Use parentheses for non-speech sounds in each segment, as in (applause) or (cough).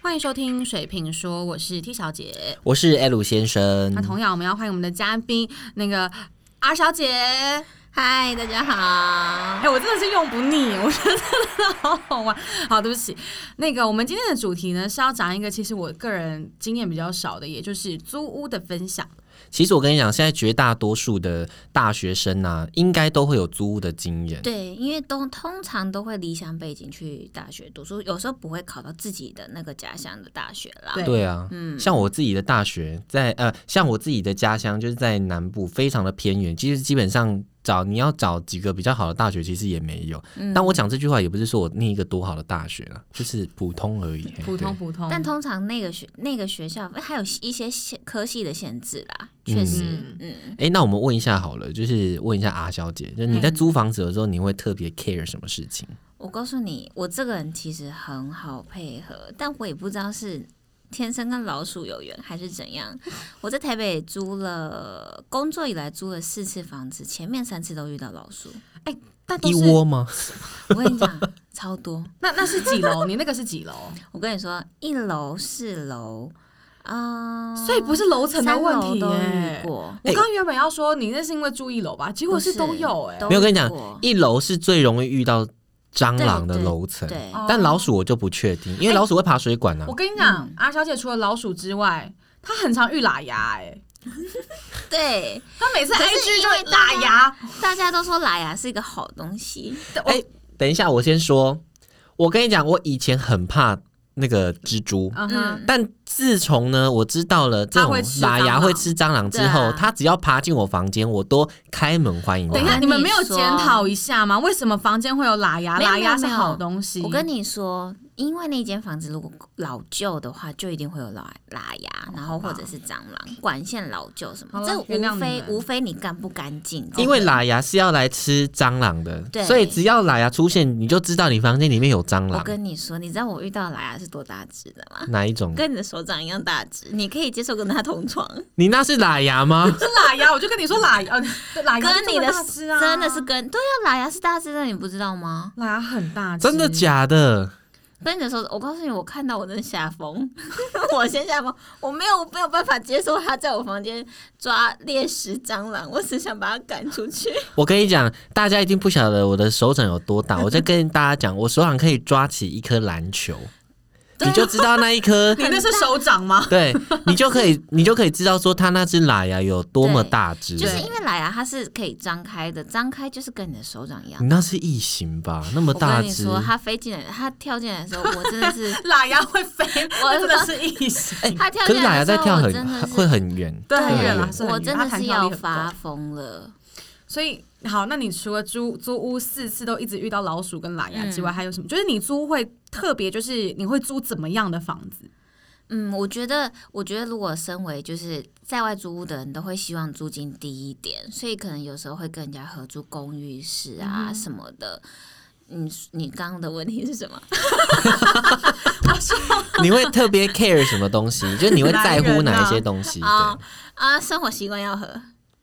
欢迎收听《水瓶说》，我是 T 小姐。我是 L 先生那。同样，我们要欢迎我们的嘉宾，那个 R 小姐。嗨，大家哎、好。我真的是用不腻，我觉得真的好好玩。好，对不起，那个我们今天的主题呢是要讲一个其实我个人经验比较少的，也就是租屋的分享。其实我跟你讲，现在绝大多数的大学生呐、应该都会有租屋的经验。对，因为都通常都会离乡背景去大学读书，有时候不会考到自己的那个家乡的大学啦。对对啊，嗯像我自己的大学在呃，像我自己的家乡就是在南部，非常的偏远。其实基本上找你要找几个比较好的大学，其实也没有。嗯但我讲这句话也不是说我念一个多好的大学啦，就是普通而已。嘿普通哎对普通，但通常那个学那个学校还有一些限科系的限制啦，确实，嗯，哎、那我们问一下好了，就是问一下阿小姐，就是你嗯在租房子的时候，你会特别 care 什么事情？我告诉你，我这个人其实很好配合，但我也不知道是天生跟老鼠有缘还是怎样。我在台北租了工作以来租了四次房子，前面三次都遇到老鼠。但都一是窝吗？我跟你讲， (laughs) 超多。那那是几楼？你那个是 (laughs) 几楼？哦我跟你说，一楼、四楼，啊、所以不是楼层的三问楼题耶、都遇过，我刚原本要说你那是因为住一楼吧，结果是都有哎、都没有跟你讲遇过，一楼是最容易遇到蟑螂的楼层，对哦但老鼠我就不确定，因为老鼠会爬水管啊哎我。跟你嗯讲，阿、小姐除了老鼠之外，她很常遇喇牙哎、对，她每次可是 IG 就因会为喇牙。大家都说蓝牙是一个好东西，我哎、等一下，我先说，我跟你讲，我以前很怕那个蜘蛛。嗯哼，但自从呢，我知道了这它种会吃喇蟑牙螂会吃蟑螂之对啊后，它只要爬进我房间，我都开门欢迎等一它下，嗯跟你们你没有说检讨一下吗？为什么房间会有喇牙？没有喇没有牙是没有好东西。我跟你说，因为那间房子如果老旧的话，就一定会有喇喇牙，然后或者是蟑螂、管线老旧什好么，了这原谅无你非们无非你干不干净，因为喇牙是要来吃蟑螂的，对所以只要喇牙出现，你就知道你房间里面有蟑我螂。跟你说，你知道我遇到的喇牙是多大只的吗？哪一种？跟你的手掌一样大只，你可以接受跟它同床。你那是喇牙吗？是喇牙，我就跟你说喇牙，呃对喇牙跟你是这么的大只啊，真的是跟对啊，喇牙是大只的，你不知道吗？喇牙很大只，真的假的？跟你的手，我告诉你，我看到我真的吓疯， (laughs) 我先吓疯，我没有没有办法接受他在我房间抓猎食蟑螂，我只想把它赶出去。我跟你讲，大家一定不晓得我的手掌有多 (laughs) 大。我再跟大家讲，我手掌可以抓起一颗篮球，对啊你就知道那一 (laughs) 颗你那是手掌吗？，对，你就可以，你就可以知道说它那只喇牙有多么大只。就是因为喇牙它是可以张开的，张开就是跟你的手掌一样你。那是异形吧？那么我大跟你只。说，它飞进来，它跳进 (laughs) 来的时候，我真的是喇牙会飞， (laughs) 我那真的是异 (laughs) 形。哎它跳可进是喇来牙的在时候，跳我很真的会是。很远，对很对啦远，是很我远真它的弹是跳要力很发够疯了。所以好，那你除了租租屋四次都一直遇到老鼠跟喇牙嗯之外，还有什么？就是你租会特别，就是你会租怎么样的房子？嗯，我觉得，我觉得如果身为就是在外租屋的人，都会希望租金低一点，所以可能有时候会跟人家合租公寓室嗯啊什么的。你你刚刚的问题是什么？ (laughs) 你会特别 care 什么 (laughs) 东西？就是你会在乎哪一些东西？啊对，啊，生活习惯要合，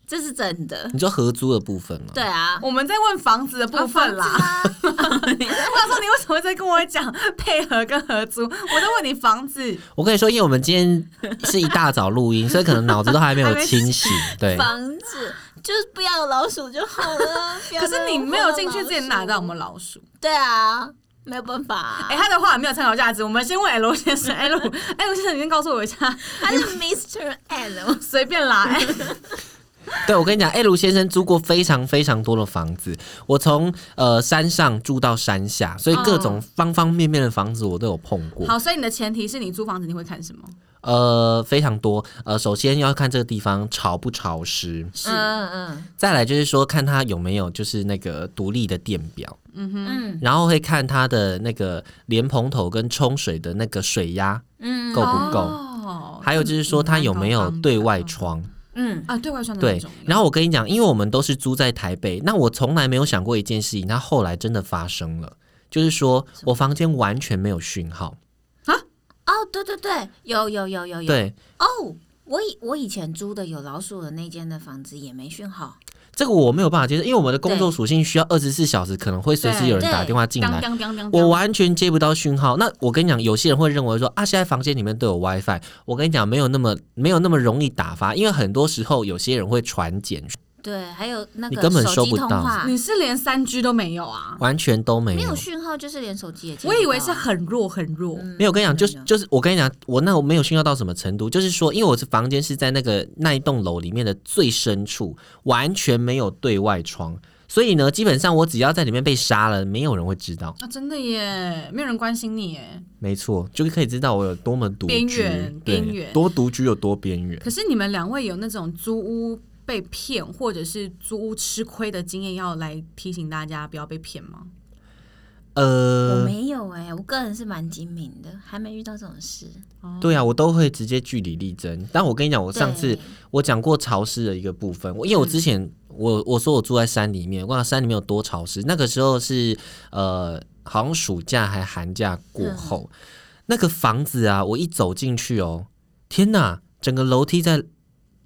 这是真的。你说合租的部分吗？对啊，我们在问房子的部分啦。啊房子吗 (laughs) 我想说你为什么在跟我讲配合跟合租？我在问你房子，我跟你说，因为我们今天是一大早录音，所以可能脑子都还没还有 (laughs) 没清醒。对，房子就是不要有老鼠就好了。不 (laughs) 要可是再你没有进去之前碰到哪老到我们鼠老鼠？对啊，没有办法、啊。哎、他的话也没有参考价值。我们先问 L 先生，L (laughs) L 先生，你先告诉我一下，他是 Mr. L，随便啦。哎对，我跟你讲，艾卢先生租过非常非常多的房子，我从呃山上住到山下，所以各种方方面面的房子我都有碰过，嗯好，所以你的前提是你租房子你会看什么？呃，非常多。呃，首先要看这个地方潮不潮湿， (laughs) 是嗯嗯再来就是说看它有没有就是那个独立的电表，嗯然后会看它的那个莲蓬头跟冲水的那个水压嗯够不够，哦还有就是说它有没有对外窗。嗯，啊，对外窗的那对种。，然后我跟你讲，因为我们都是租在台北，那我从来没有想过一件事情，它后来真的发生了，就是说我房间完全没有讯号。哦，对对对，有有有有有。对，哦，我以我以前租的有老鼠的那间的房子也没讯号，这个我没有办法接受，因为我们的工作对属性需要二十四小时，可能会随时有人对打电话进来当。当当当我当，完全接不到讯号。那我跟你讲，有些人会认为说啊，现在房间里面都有 WiFi。我跟你讲，没有那么没有那么容易打发，因为很多时候有些人会传简讯，对，还有那你个根本手收机不通到话，你是连三 G 都没有啊？完全都没没有有。讯号，就是连手机也接不我到啊。以为是很弱很弱，嗯没有，我跟你讲，就是没有就是，我跟你讲，我那我没有讯号到什么程度，就是说，因为我是房间是在那个那一栋楼里面的最深处，完全没有对外窗，所以呢，基本上我只要在里面被杀了，没有人会知道。啊，真的耶，没有人关心你耶。没错，就是可以知道我有多么独边居缘，对边缘多独居有多边缘。可是你们两位有那种租屋被骗或者是租屋吃亏的经验，要来提醒大家不要被骗吗？呃，我没有哎、我个人是蛮精明的，还没遇到这种事。对啊，我都会直接据理力争。但我跟你讲，我上次对我讲过潮湿的一个部分，我嗯因为我之前、我我说我住在山里面，我讲山里面有多潮湿，那个时候是呃，好像暑假还寒假过嗯后，那个房子啊，我一走进去哦，天哪，整个楼梯在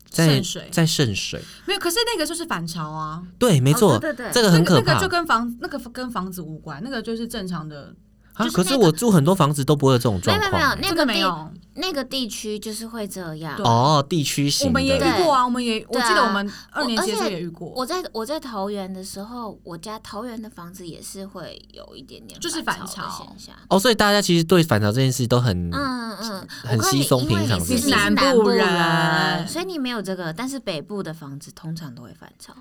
在渗水在渗水，没有，可是那个就是反潮啊，对，没错，哦对对对这个很可那个怕、那个就跟房那个跟房子无关，那个就是正常的，啊。就是可是那个我住很多房子都不会有这种没状有没有况，没有，那真个的没地有。那个地区就是会这样。哦，地区我型们也的，遇过啊，我们也我对啊记得我们二我年级的时候而且也遇过，我在我在桃园的时候，我家桃园的房子也是会有一点点就是反反的潮现象。哦，所以大家其实对反潮这件事都很嗯嗯，很我告诉稀你松因平为常你的事是情你是南南部人人，所以你没有这个。但是北部的房子通常都会反潮。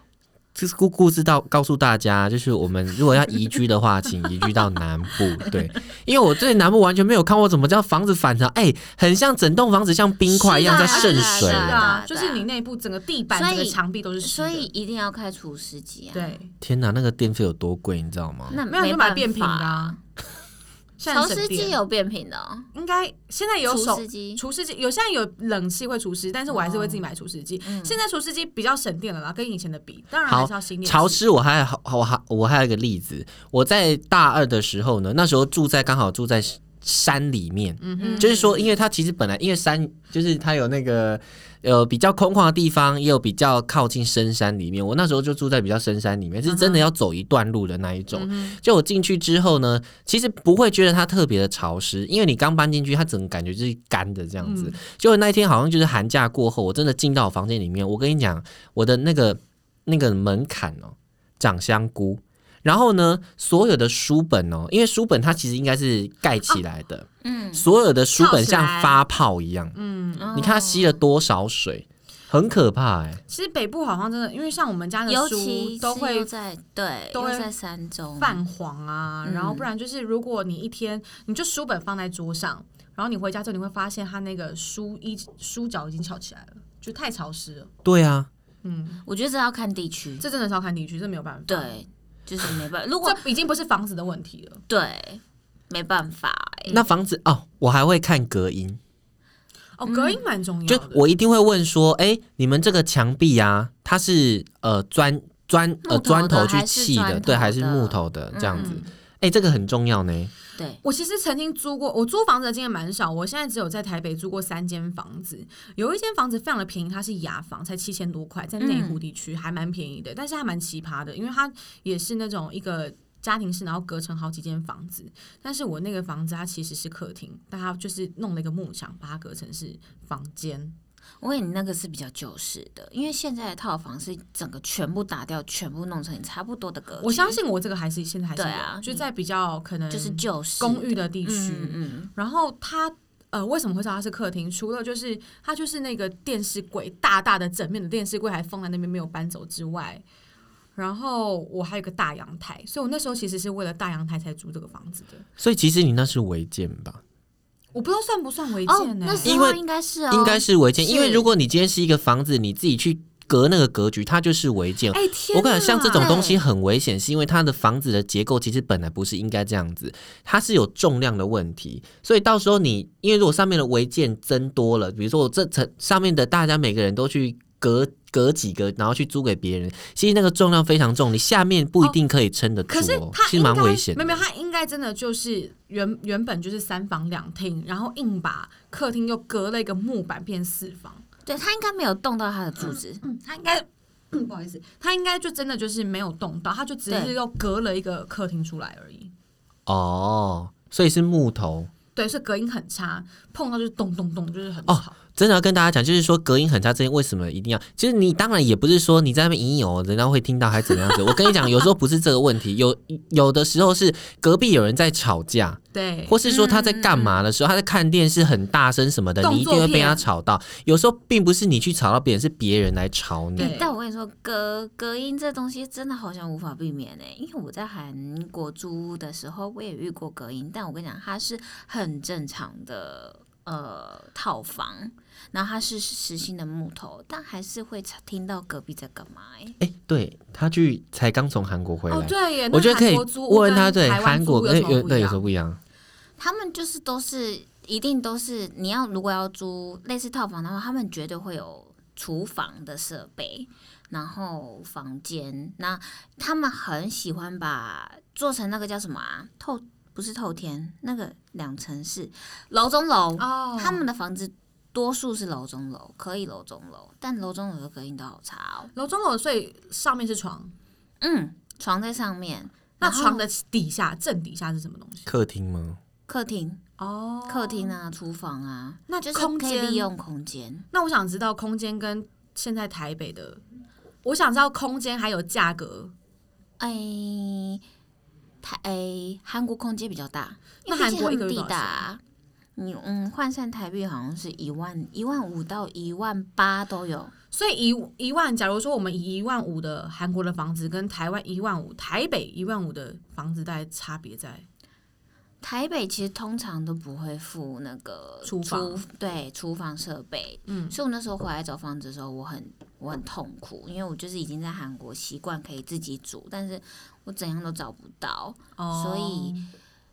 就是故故事到告诉大家，就是我们如果要移居的话，请移居到南部。 (laughs) 对，因为我对南部完全没有看过，怎么叫房子反潮？哎、很像整栋房子像冰块一样在渗是对水。啊是啊，对就是你内部整个地板、所以整个墙壁都是湿所的，以一定要开除湿机啊！，对，天哪，那个电费有多贵，你知道吗？那没有你就买办变频的法。啊。现在潮省湿机电有变频的、哦，应该现在有除手湿机。除湿机，有现在有冷气会除湿，但是我还是会自己买除湿机。嗯现在除湿机比较省电了啦，跟以前的比，当然好还是要新电。潮，湿，我还好，我还我还有一个例子，我在大二的时候呢，那时候住在刚好住在山里面，嗯哼，就是说，因为它其实本来因为山，就是它有那个呃比较空旷的地方，也有比较靠近深山里面。我那时候就住在比较深山里面，是真的要走一段路的那一种。就我进去之后呢，其实不会觉得它特别的潮湿，因为你刚搬进去，它整个感觉就是干的这样子。结果那一天好像就是寒假过后，我真的进到我房间里面，我跟你讲，我的那个那个门槛哦，长香菇。然后呢，所有的书本哦，因为书本它其实应该是盖起来的，嗯，所有的书本像泡起来发泡一样，嗯，你看它吸了多少水，很可怕哎、其实北部好像真的，因为像我们家的嗯尤书其都是会又在对，都又会在山中，泛黄啊，嗯然后不然就是如果你一天你就书本放在桌上，然后你回家之后你会发现它那个书衣书角已经翘起来了，就太潮湿了。对啊，嗯，我觉得这要看地区，这真的是要看地区，这没有办法。，对，就是没办法，如果这已经不是房子的问题了。对没办法、欸，那房子哦，我还会看隔音，哦，隔音蛮重要嗯就的。我一定会问说，哎、你们这个墙壁啊，它是呃砖砖呃木头砖的头去还是砌砖头对，还是的木头的这样子？嗯哎、这个很重要呢。对，我其实曾经租过，我租房子的经验蛮少。我现在只有在台北租过三间房子，有一间房子非常的便宜，它是雅房，才七千多块，在内嗯湖地区还蛮便宜的，但是它蛮奇葩的，因为它也是那种一个。家庭式，然后隔成好几间房子，但是我那个房子它其实是客厅，但它就是弄了一个幕墙，把它隔成是房间。我跟你那个是比较旧式的，因为现在的套房是整个全部打掉，全部弄成你差不多的格局，我相信我这个还是现在还是有，对啊就在比较可能就是旧式公寓的的地区，嗯嗯，然后它呃为什么会知道它是客厅？除了就是它就是那个电视柜大大的整面的电视柜还放在那边没有搬走之外，然后我还有个大阳台，所以我那时候其实是为了大阳台才租这个房子的。所以其实你那是违建吧？我不知道算不算违哦建，呢、那时因候为应该是哦，应该是违建，是因为如果你今天是一个房子，你自己去隔那个格局，它就是违建。哎、天哪，我感觉像这种对东西很危险，是因为它的房子的结构其实本来不是应该这样子，它是有重量的问题，所以到时候你因为如果上面的违建增多了，比如说我这层上面的大家每个人都去隔隔几个，然后去租给别人，其实那个重量非常重，你下面不一定可以撑得住哦可是哦，它其应实蛮该危险的。没有，没有它应该真的就是原原本就是三房两厅，然后硬把客厅又隔了一个木板变四房，对他应该没有动到他的柱子，嗯，它应该 (clears throat) 不好意思，它应该就真的就是没有动到，它就只是对又隔了一个客厅出来而已。哦，所以是木头。对，所以隔音很差，碰到就是咚咚咚，就是很哦吵。真的要跟大家讲，就是说隔音很差，这些为什么一定要？其实你当然也不是说你在那边隐隐哦，人家会听到还怎 (laughs) 么样子。我跟你讲，有时候不是这个问题，有有的时候是隔壁有人在吵架，对，或是说他在干嘛的时候，他在看电视很大声什么的，动你作一定会被片他吵到。有时候并不是你去吵到别人，是别人来吵你。对但我跟你说，隔隔音这东西真的好像无法避免呢、因为我在韩国租屋的时候，我也遇过隔音，但我跟你讲，它是很正常的呃套房，然后它是实心的木头，但还是会听到隔壁在干嘛、欸。哎、对他去才刚从韩国回来，哦对耶，啊我觉得可以那韩国租屋问他跟对台湾韩国租屋有什跟么有不一对有样什么不一样？他们就是都是一定都是你要如果要租类似套房的话，他们绝对会有厨房的设备，然后房间。那他们很喜欢把做成那个叫什么啊？透不是透天，那个两层是楼中楼，哦，他们的房子。多数是楼中楼，可以楼中楼，但楼中楼的隔音都好差哦。楼中楼，所以上面是床，嗯，床在上面，那然后床的底下正底下是什么东西？客厅吗？客厅、哦，客厅啊、厨房啊，那就是空可以间利用空间。那我想知道空间跟现在台北的，我想知道空间还有价格。哎，台哎，韩国空间比较大，那因为毕韩竟国一他个月们地多少大钱啊。你嗯，换算台币好像是一万一万五到一万八都有。所以一一万，假如说我们以一万五的韩国的房子跟台湾一万五、台北一万五的房子，大概差别在台北其实通常都不会付那个厨房对厨房设备，嗯所以我那时候回来找房子的时候，我很我很痛苦，因为我就是已经在韩国习惯可以自己煮，但是我怎样都找不到，哦，所以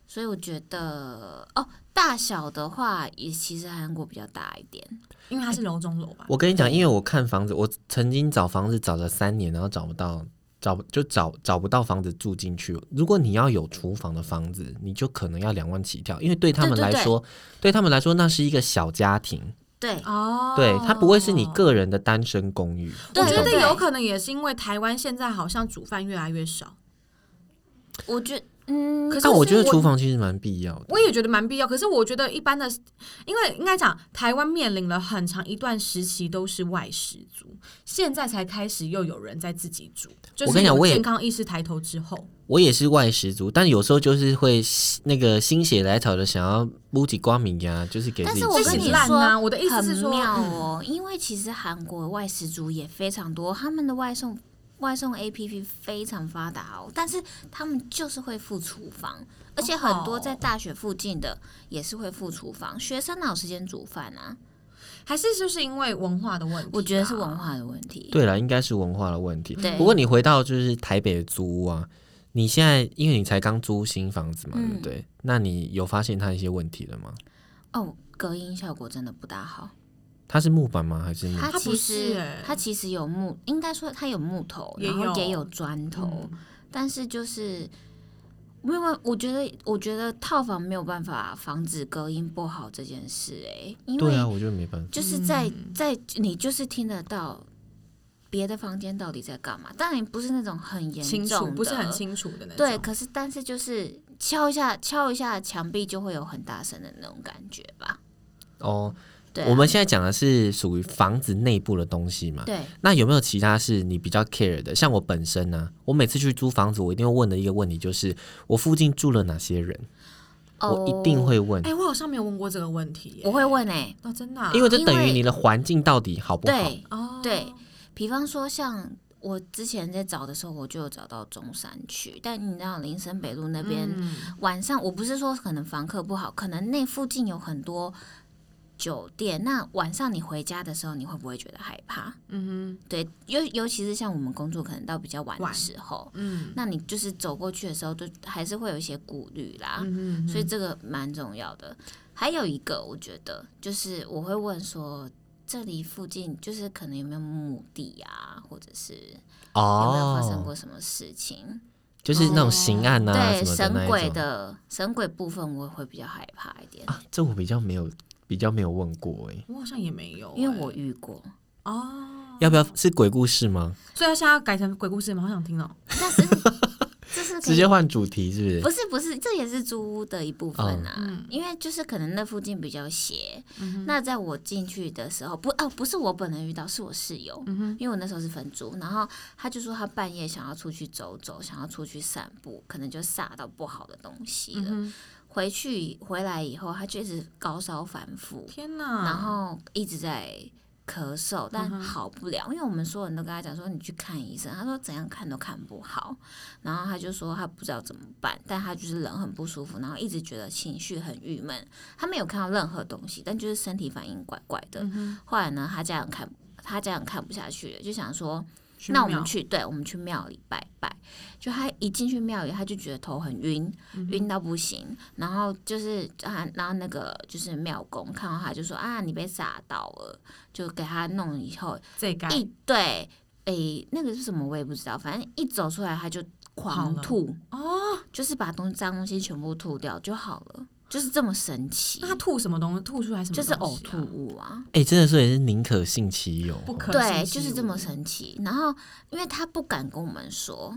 所以我觉得哦，大小的话也其实韩国比较大一点，因为它是楼中楼吧，我跟你讲，因为我看房子，我曾经找房子找了三年，然后找不到，找就找找不到房子住进去。如果你要有厨房的房子，你就可能要两万起跳，因为对他们对对来对说，对他们来说那是一个小家庭，对，哦，对，它不会是你。个人的单身公寓。我对觉得对有可能也是因为台湾现在好像煮饭越来越少，我觉嗯，可是但我觉得我厨房其实蛮必要的。我也觉得蛮必要。可是我觉得一般的，因为应该讲台湾面临了很长一段时期都是外食族，现在才开始又有人在自己煮，就我是跟你讲有我也健康意识抬头之后，我也是外食族，但有时候就是会那个心血来潮的想要撸起光明呀，就是给自己但是我这吃跟是的你烂说啊！我的意思很是说，妙嗯哦，因为其实韩国外食族也非常多，他们的外送外送 A P P 非常发达哦，但是他们就是会附厨房，而且很多哦在大学附近的也是会附厨房，学生哪有时间煮饭啊？还是就是因为文化的问题吧，我觉得是文化的问题。对了，应该是文化的问题。对不过你回到就是台北的租屋啊，你现在因为你才刚租新房子嘛，嗯对不对？那你有发现它一些问题了吗？哦，隔音效果真的不大好。它是木板吗？还是木？它它其不是实欸它其实有木，应该说它有木头，也然后也有有砖头，嗯但是就是没有，我觉得我觉得套房没有办法防止隔音不好这件事、欸，因对啊，为我觉得没办法。就是在、嗯在你就是听得到别的房间到底在干嘛，当然不是那种很严清楚重的，不是很清楚的那种。对，可是但是就是敲一下敲一下墙壁就会有很大声的那种感觉吧，哦，对啊、我们现在讲的是属于房子内部的东西嘛。对那有没有其他是你比较 care 的？像我本身呢、我每次去租房子，我一定会问的一个问题就是，我附近住了哪些人？我一定哦会问哎、，我好像没有问过这个问题耶、我会问哎、哦，真的啊、因为这因等于为你的环境到底好不好？对。哦，对，比方说，像我之前在找的时候，我就有找到中山区，但你知道林森北路那边、嗯晚上，我不是说可能房客不好，可能那附近有很多酒店。那晚上你回家的时候，你会不会觉得害怕？嗯对，尤尤其是像我们工作可能到比较晚的晚时候哼，嗯那你就是走过去的时候，就还是会有一些顾虑啦。嗯所以这个蛮重要的。还有一个，我觉得就是我会问说，这里附近就是可能有没有墓地啊，或者是有没有发生哦过，什么事情？就是那种刑案啊哦对，什么神那一鬼种的神鬼部分，我会比较害怕一点，啊，这我比较没有比较没有问过哎、我好像也没有、 (laughs) 因为我哎遇过。哦，要不要是鬼故事吗？所以他现在要改成鬼故事吗？好想听哦。但是这是可直以接换主题是不是？不是不是，这也是租屋的一部分啊，嗯因为就是可能那附近比较邪。那在我进去的时候，不哦、不是我本人遇到，是我室友，嗯因为我那时候是分租，然后他就说他半夜想要出去走走，想要出去散步，可能就煞到不好的东西了。嗯哼回去回来以后，他就一直高烧反复，天哪！然后一直在咳嗽，但好不了。因为我们所有人都跟他讲说，你去看医生。他说怎样看都看不好，然后他就说他不知道怎么办，但他就是人很不舒服，然后一直觉得情绪很郁闷。他没有看到任何东西，但就是身体反应怪怪的。后来呢，他家人看他家人看不下去了，就想说去那我们庙去，对，我们去庙里拜拜。就他一进去庙里，他就觉得头很晕，嗯晕到不行。然后就是啊，然后那个就是庙公看到他就说啊，你被吓到了，就给他弄以后这一改一对，诶、那个是什么我也不知道，反正一走出来他就狂好了吐，哦，就是把东脏东西全部吐掉就好了，就是这么神奇那。他吐什么东西？吐出来什么就东是西啊？呕吐物啊，哎、真的是也是宁可信其有，不可对，信其就是这么无神奇。然后，因为他不敢跟我们说，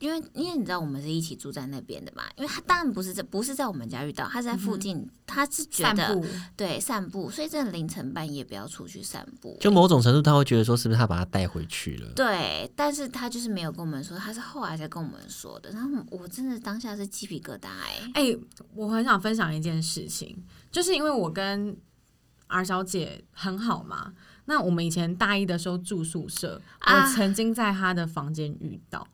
因为因为你知道我们是一起住在那边的嘛，因为他当然不是在不是在我们家遇到，他是在附近，他是觉散得步。对散步，所以真的凌晨半夜不要出去散步。就某种程度他会觉得说是不是他把他带回去了？对，但是他就是没有跟我们说，他是后来才跟我们说的。然后我真的当下是鸡皮疙瘩哎、哎、我很想分享一件事情，就是因为我跟 R 小姐很好嘛。那我们以前大一的时候住宿舍，啊我曾经在她的房间遇到，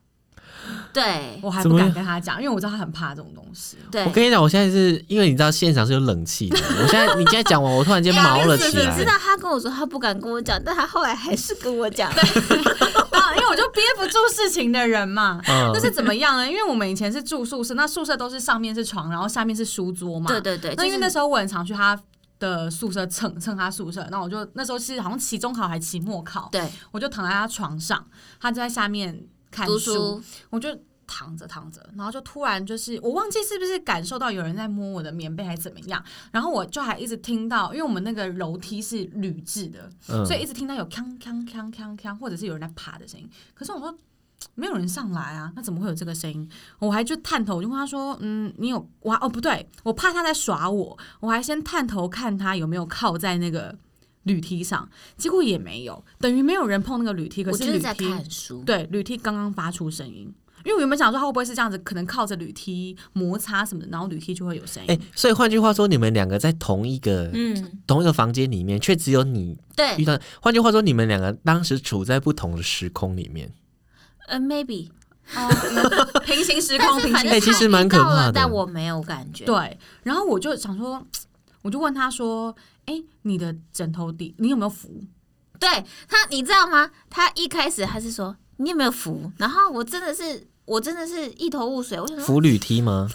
对我还怎不么敢样跟她讲，因为我知道她很怕这种东西。 (laughs) 对，我跟你讲，我现在是因为你知道现场是有冷气 (laughs) 的，我现在你现在讲完，我突然间毛了你起知你知道来。他跟我说他不敢跟我讲，但他后来还是跟我讲。啊，因为我就憋不住事情的人嘛。嗯 (laughs) 那，是怎么样呢？因为我们以前是住宿舍，那宿舍都是上面是床，然后下面是书桌嘛。对对对，那因为就那是时候我很常去他的宿舍蹭蹭他宿舍，那我就那时候是好像期中考还期末考，对我就躺在他床上，他就在下面看读书书，我就躺着躺着，然后就突然就是我忘记是不是感受到有人在摸我的棉被还是怎么样，然后我就还一直听到，因为我们那个楼梯是铝制的，嗯所以一直听到有锵锵锵锵锵，或者是有人在爬的声音。可是我说。没有人上来啊，那怎么会有这个声音？我还就探头，我就问他说：“嗯，你有我还哦不对，我怕他在耍我，我还先探头看他有没有靠在那个铝梯上，结果也没有，等于没有人碰那个铝梯。可我是就是铝在梯看书。对铝梯刚刚发出声音，因为我原本想说他会不会是这样子，可能靠着铝梯摩擦什么的，然后铝梯就会有声音。哎、所以换句话说，你们两个在同一个、嗯，同一个房间里面，却只有你对遇，到。换句话说，你们两个当时处在不同的时空里面。呃，maybe，哦，平行时但空，是平反行正哎其他实蛮遇可到了怕的但我没有感觉。对，然后我就想说，我就问他说：“哎、你的枕头底你有没有扶对他，你知道吗？他一开始他是说你有没有扶，然后我真的是，我真的是一头雾水。我想说，腐女梯吗？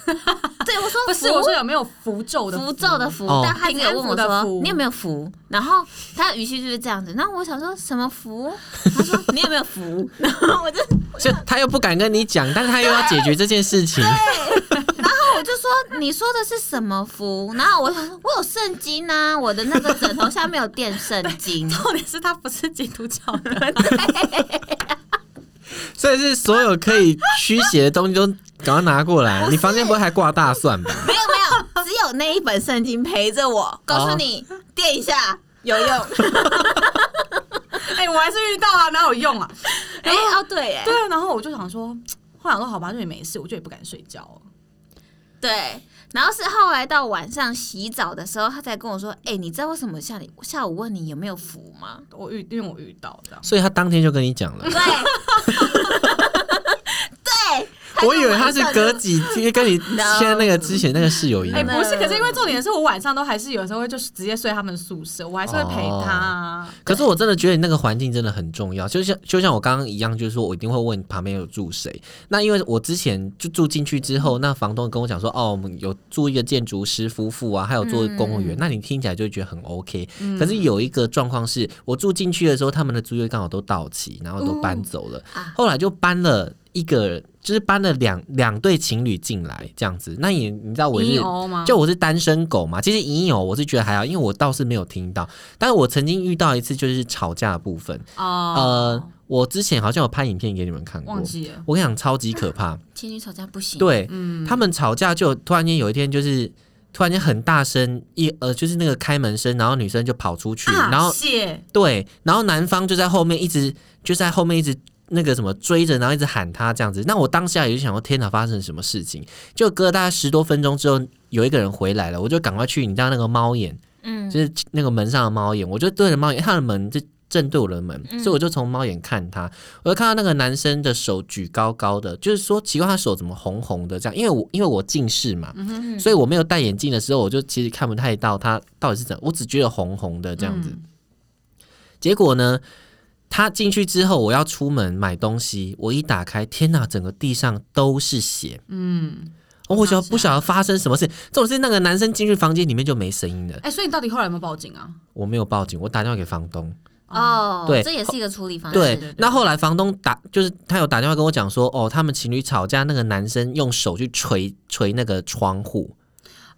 对我说？”不是，扶我说有没有符咒的符咒的符，哦但他只有问平安符我的说符。你有没有符，然后他的语气就是这样子。然后我想说什么符？(laughs) 他说你有没有符？然后我就就他又不敢跟你讲，但是他又要解决这件事情。我就说你说的是什么符？然后我想说我有圣经啊，我的那个枕头下面有垫圣经 (laughs) 重点是他不是基督教的， (laughs) 所以是所有可以驱邪的东西都赶快拿过来。你房间不会还挂大蒜 (laughs) 吧？没有没有，只有那一本圣经陪着我，告诉你垫一下有 (laughs) 用。哎、我还是遇到啊，哪有用啊？ (laughs) 哎、哦对，哎对啊，然后我就想说，后来我说好吧，就也没事，我就也不敢睡觉了。对。然后是后来到晚上洗澡的时候，他才跟我说：“哎、你知道为什么下你下午问你有没有符吗我遇，因为我遇到这样。所以他当天就跟你 (laughs) 讲？”了对，。对，他就我以为他是晚上隔就几天跟你 (laughs) No 现在那个之前那个室友一哎、样没。不是，可是因为重点是我晚上都还是有时候会就是直接睡他们宿舍，我还是会陪哦他、啊。可是我真的觉得你那个环境真的很重要，就像就像我刚刚一样，就是说我一定会问旁边有住谁。那因为我之前就住进去之后，那房东跟我讲说，哦，我们有住一个建筑师夫妇啊，还有做公务员，那你听起来就会觉得很 OK。可是有一个状况是我住进去的时候，他们的租约刚好都到期，然后都搬走了。啊后来就搬了一个就是搬了两两对情侣进来这样子。那也你知道我你是欧吗？就我是单身狗嘛，其实隐有我是觉得还好，因为我倒是没有听到。但是我曾经遇到一次就是吵架的部分，哦呃，，我之前好像有拍影片给你们看过忘，记了，我跟你讲超级可怕，情侣吵架不行，，对，嗯，他们吵架就突然间有一天就是突然间很大声一呃就是那个开门声，然后女生就跑出去，啊然后谢对，然后男方就在后面一直就在后面一直那个什么追着，然后一直喊他这样子。那我当下也就想说，天哪，发生什么事情？就隔了大概十多分钟之后，有一个人回来了，我就赶快去你知道那个猫眼，嗯，就是那个门上的猫眼，我就对着猫眼，他的门就正对我的门，嗯所以我就从猫眼看他，我就看到那个男生的手举高高的，就是说奇怪他手怎么红红的这样，因为我因为我近视嘛，嗯所以我没有戴眼镜的时候，我就其实看不太到他到底是怎，我只觉得红红的这样嗯子。结果呢，他进去之后，我要出门买东西，我一打开，天哪，整个地上都是血。嗯，哦我晓好不晓得发生什么事，重点是那个男生进去房间里面就没声音了。哎，所以你到底后来有没有报警啊？我没有报警，我打电话给房东。哦，对这也是一个处理方式，对，啊对那后来房东打就是他有打电话跟我讲说，哦，他们情侣吵架，那个男生用手去捶捶那个窗户，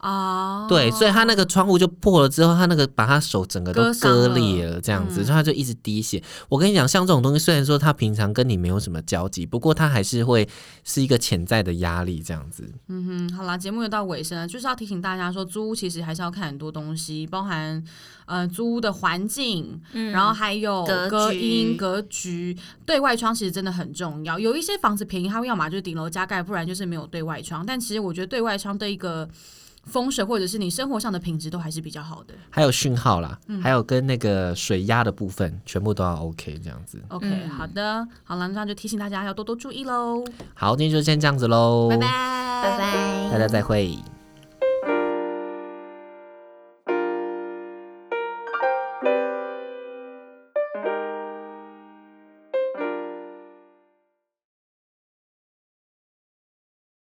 哦，对，所以他那个窗户就破了之后，他那个把他手整个都割伤割了裂了，这样子，嗯所以他就一直滴血。我跟你讲，像这种东西，虽然说他平常跟你没有什么交集，不过他还是会是一个潜在的压力，这样子。嗯哼，好啦，节目又到尾声了，就是要提醒大家说，租屋其实还是要看很多东西，包含呃租屋的环境，嗯然后还有格隔局音、格局、对外窗，其实真的很重要。有一些房子便宜，它会要么就是顶楼加盖，不然就是没有对外窗。但其实我觉得对外窗的一个风水或者是你生活上的品质都还是比较好的。还有讯号啦，嗯还有跟那个水压的部分，全部都要 OK 这样子。 OK，、嗯好的，好了，那就提醒哦大家要多多注意喽，好，今天就先这样子喽，拜拜，拜拜，大家再会。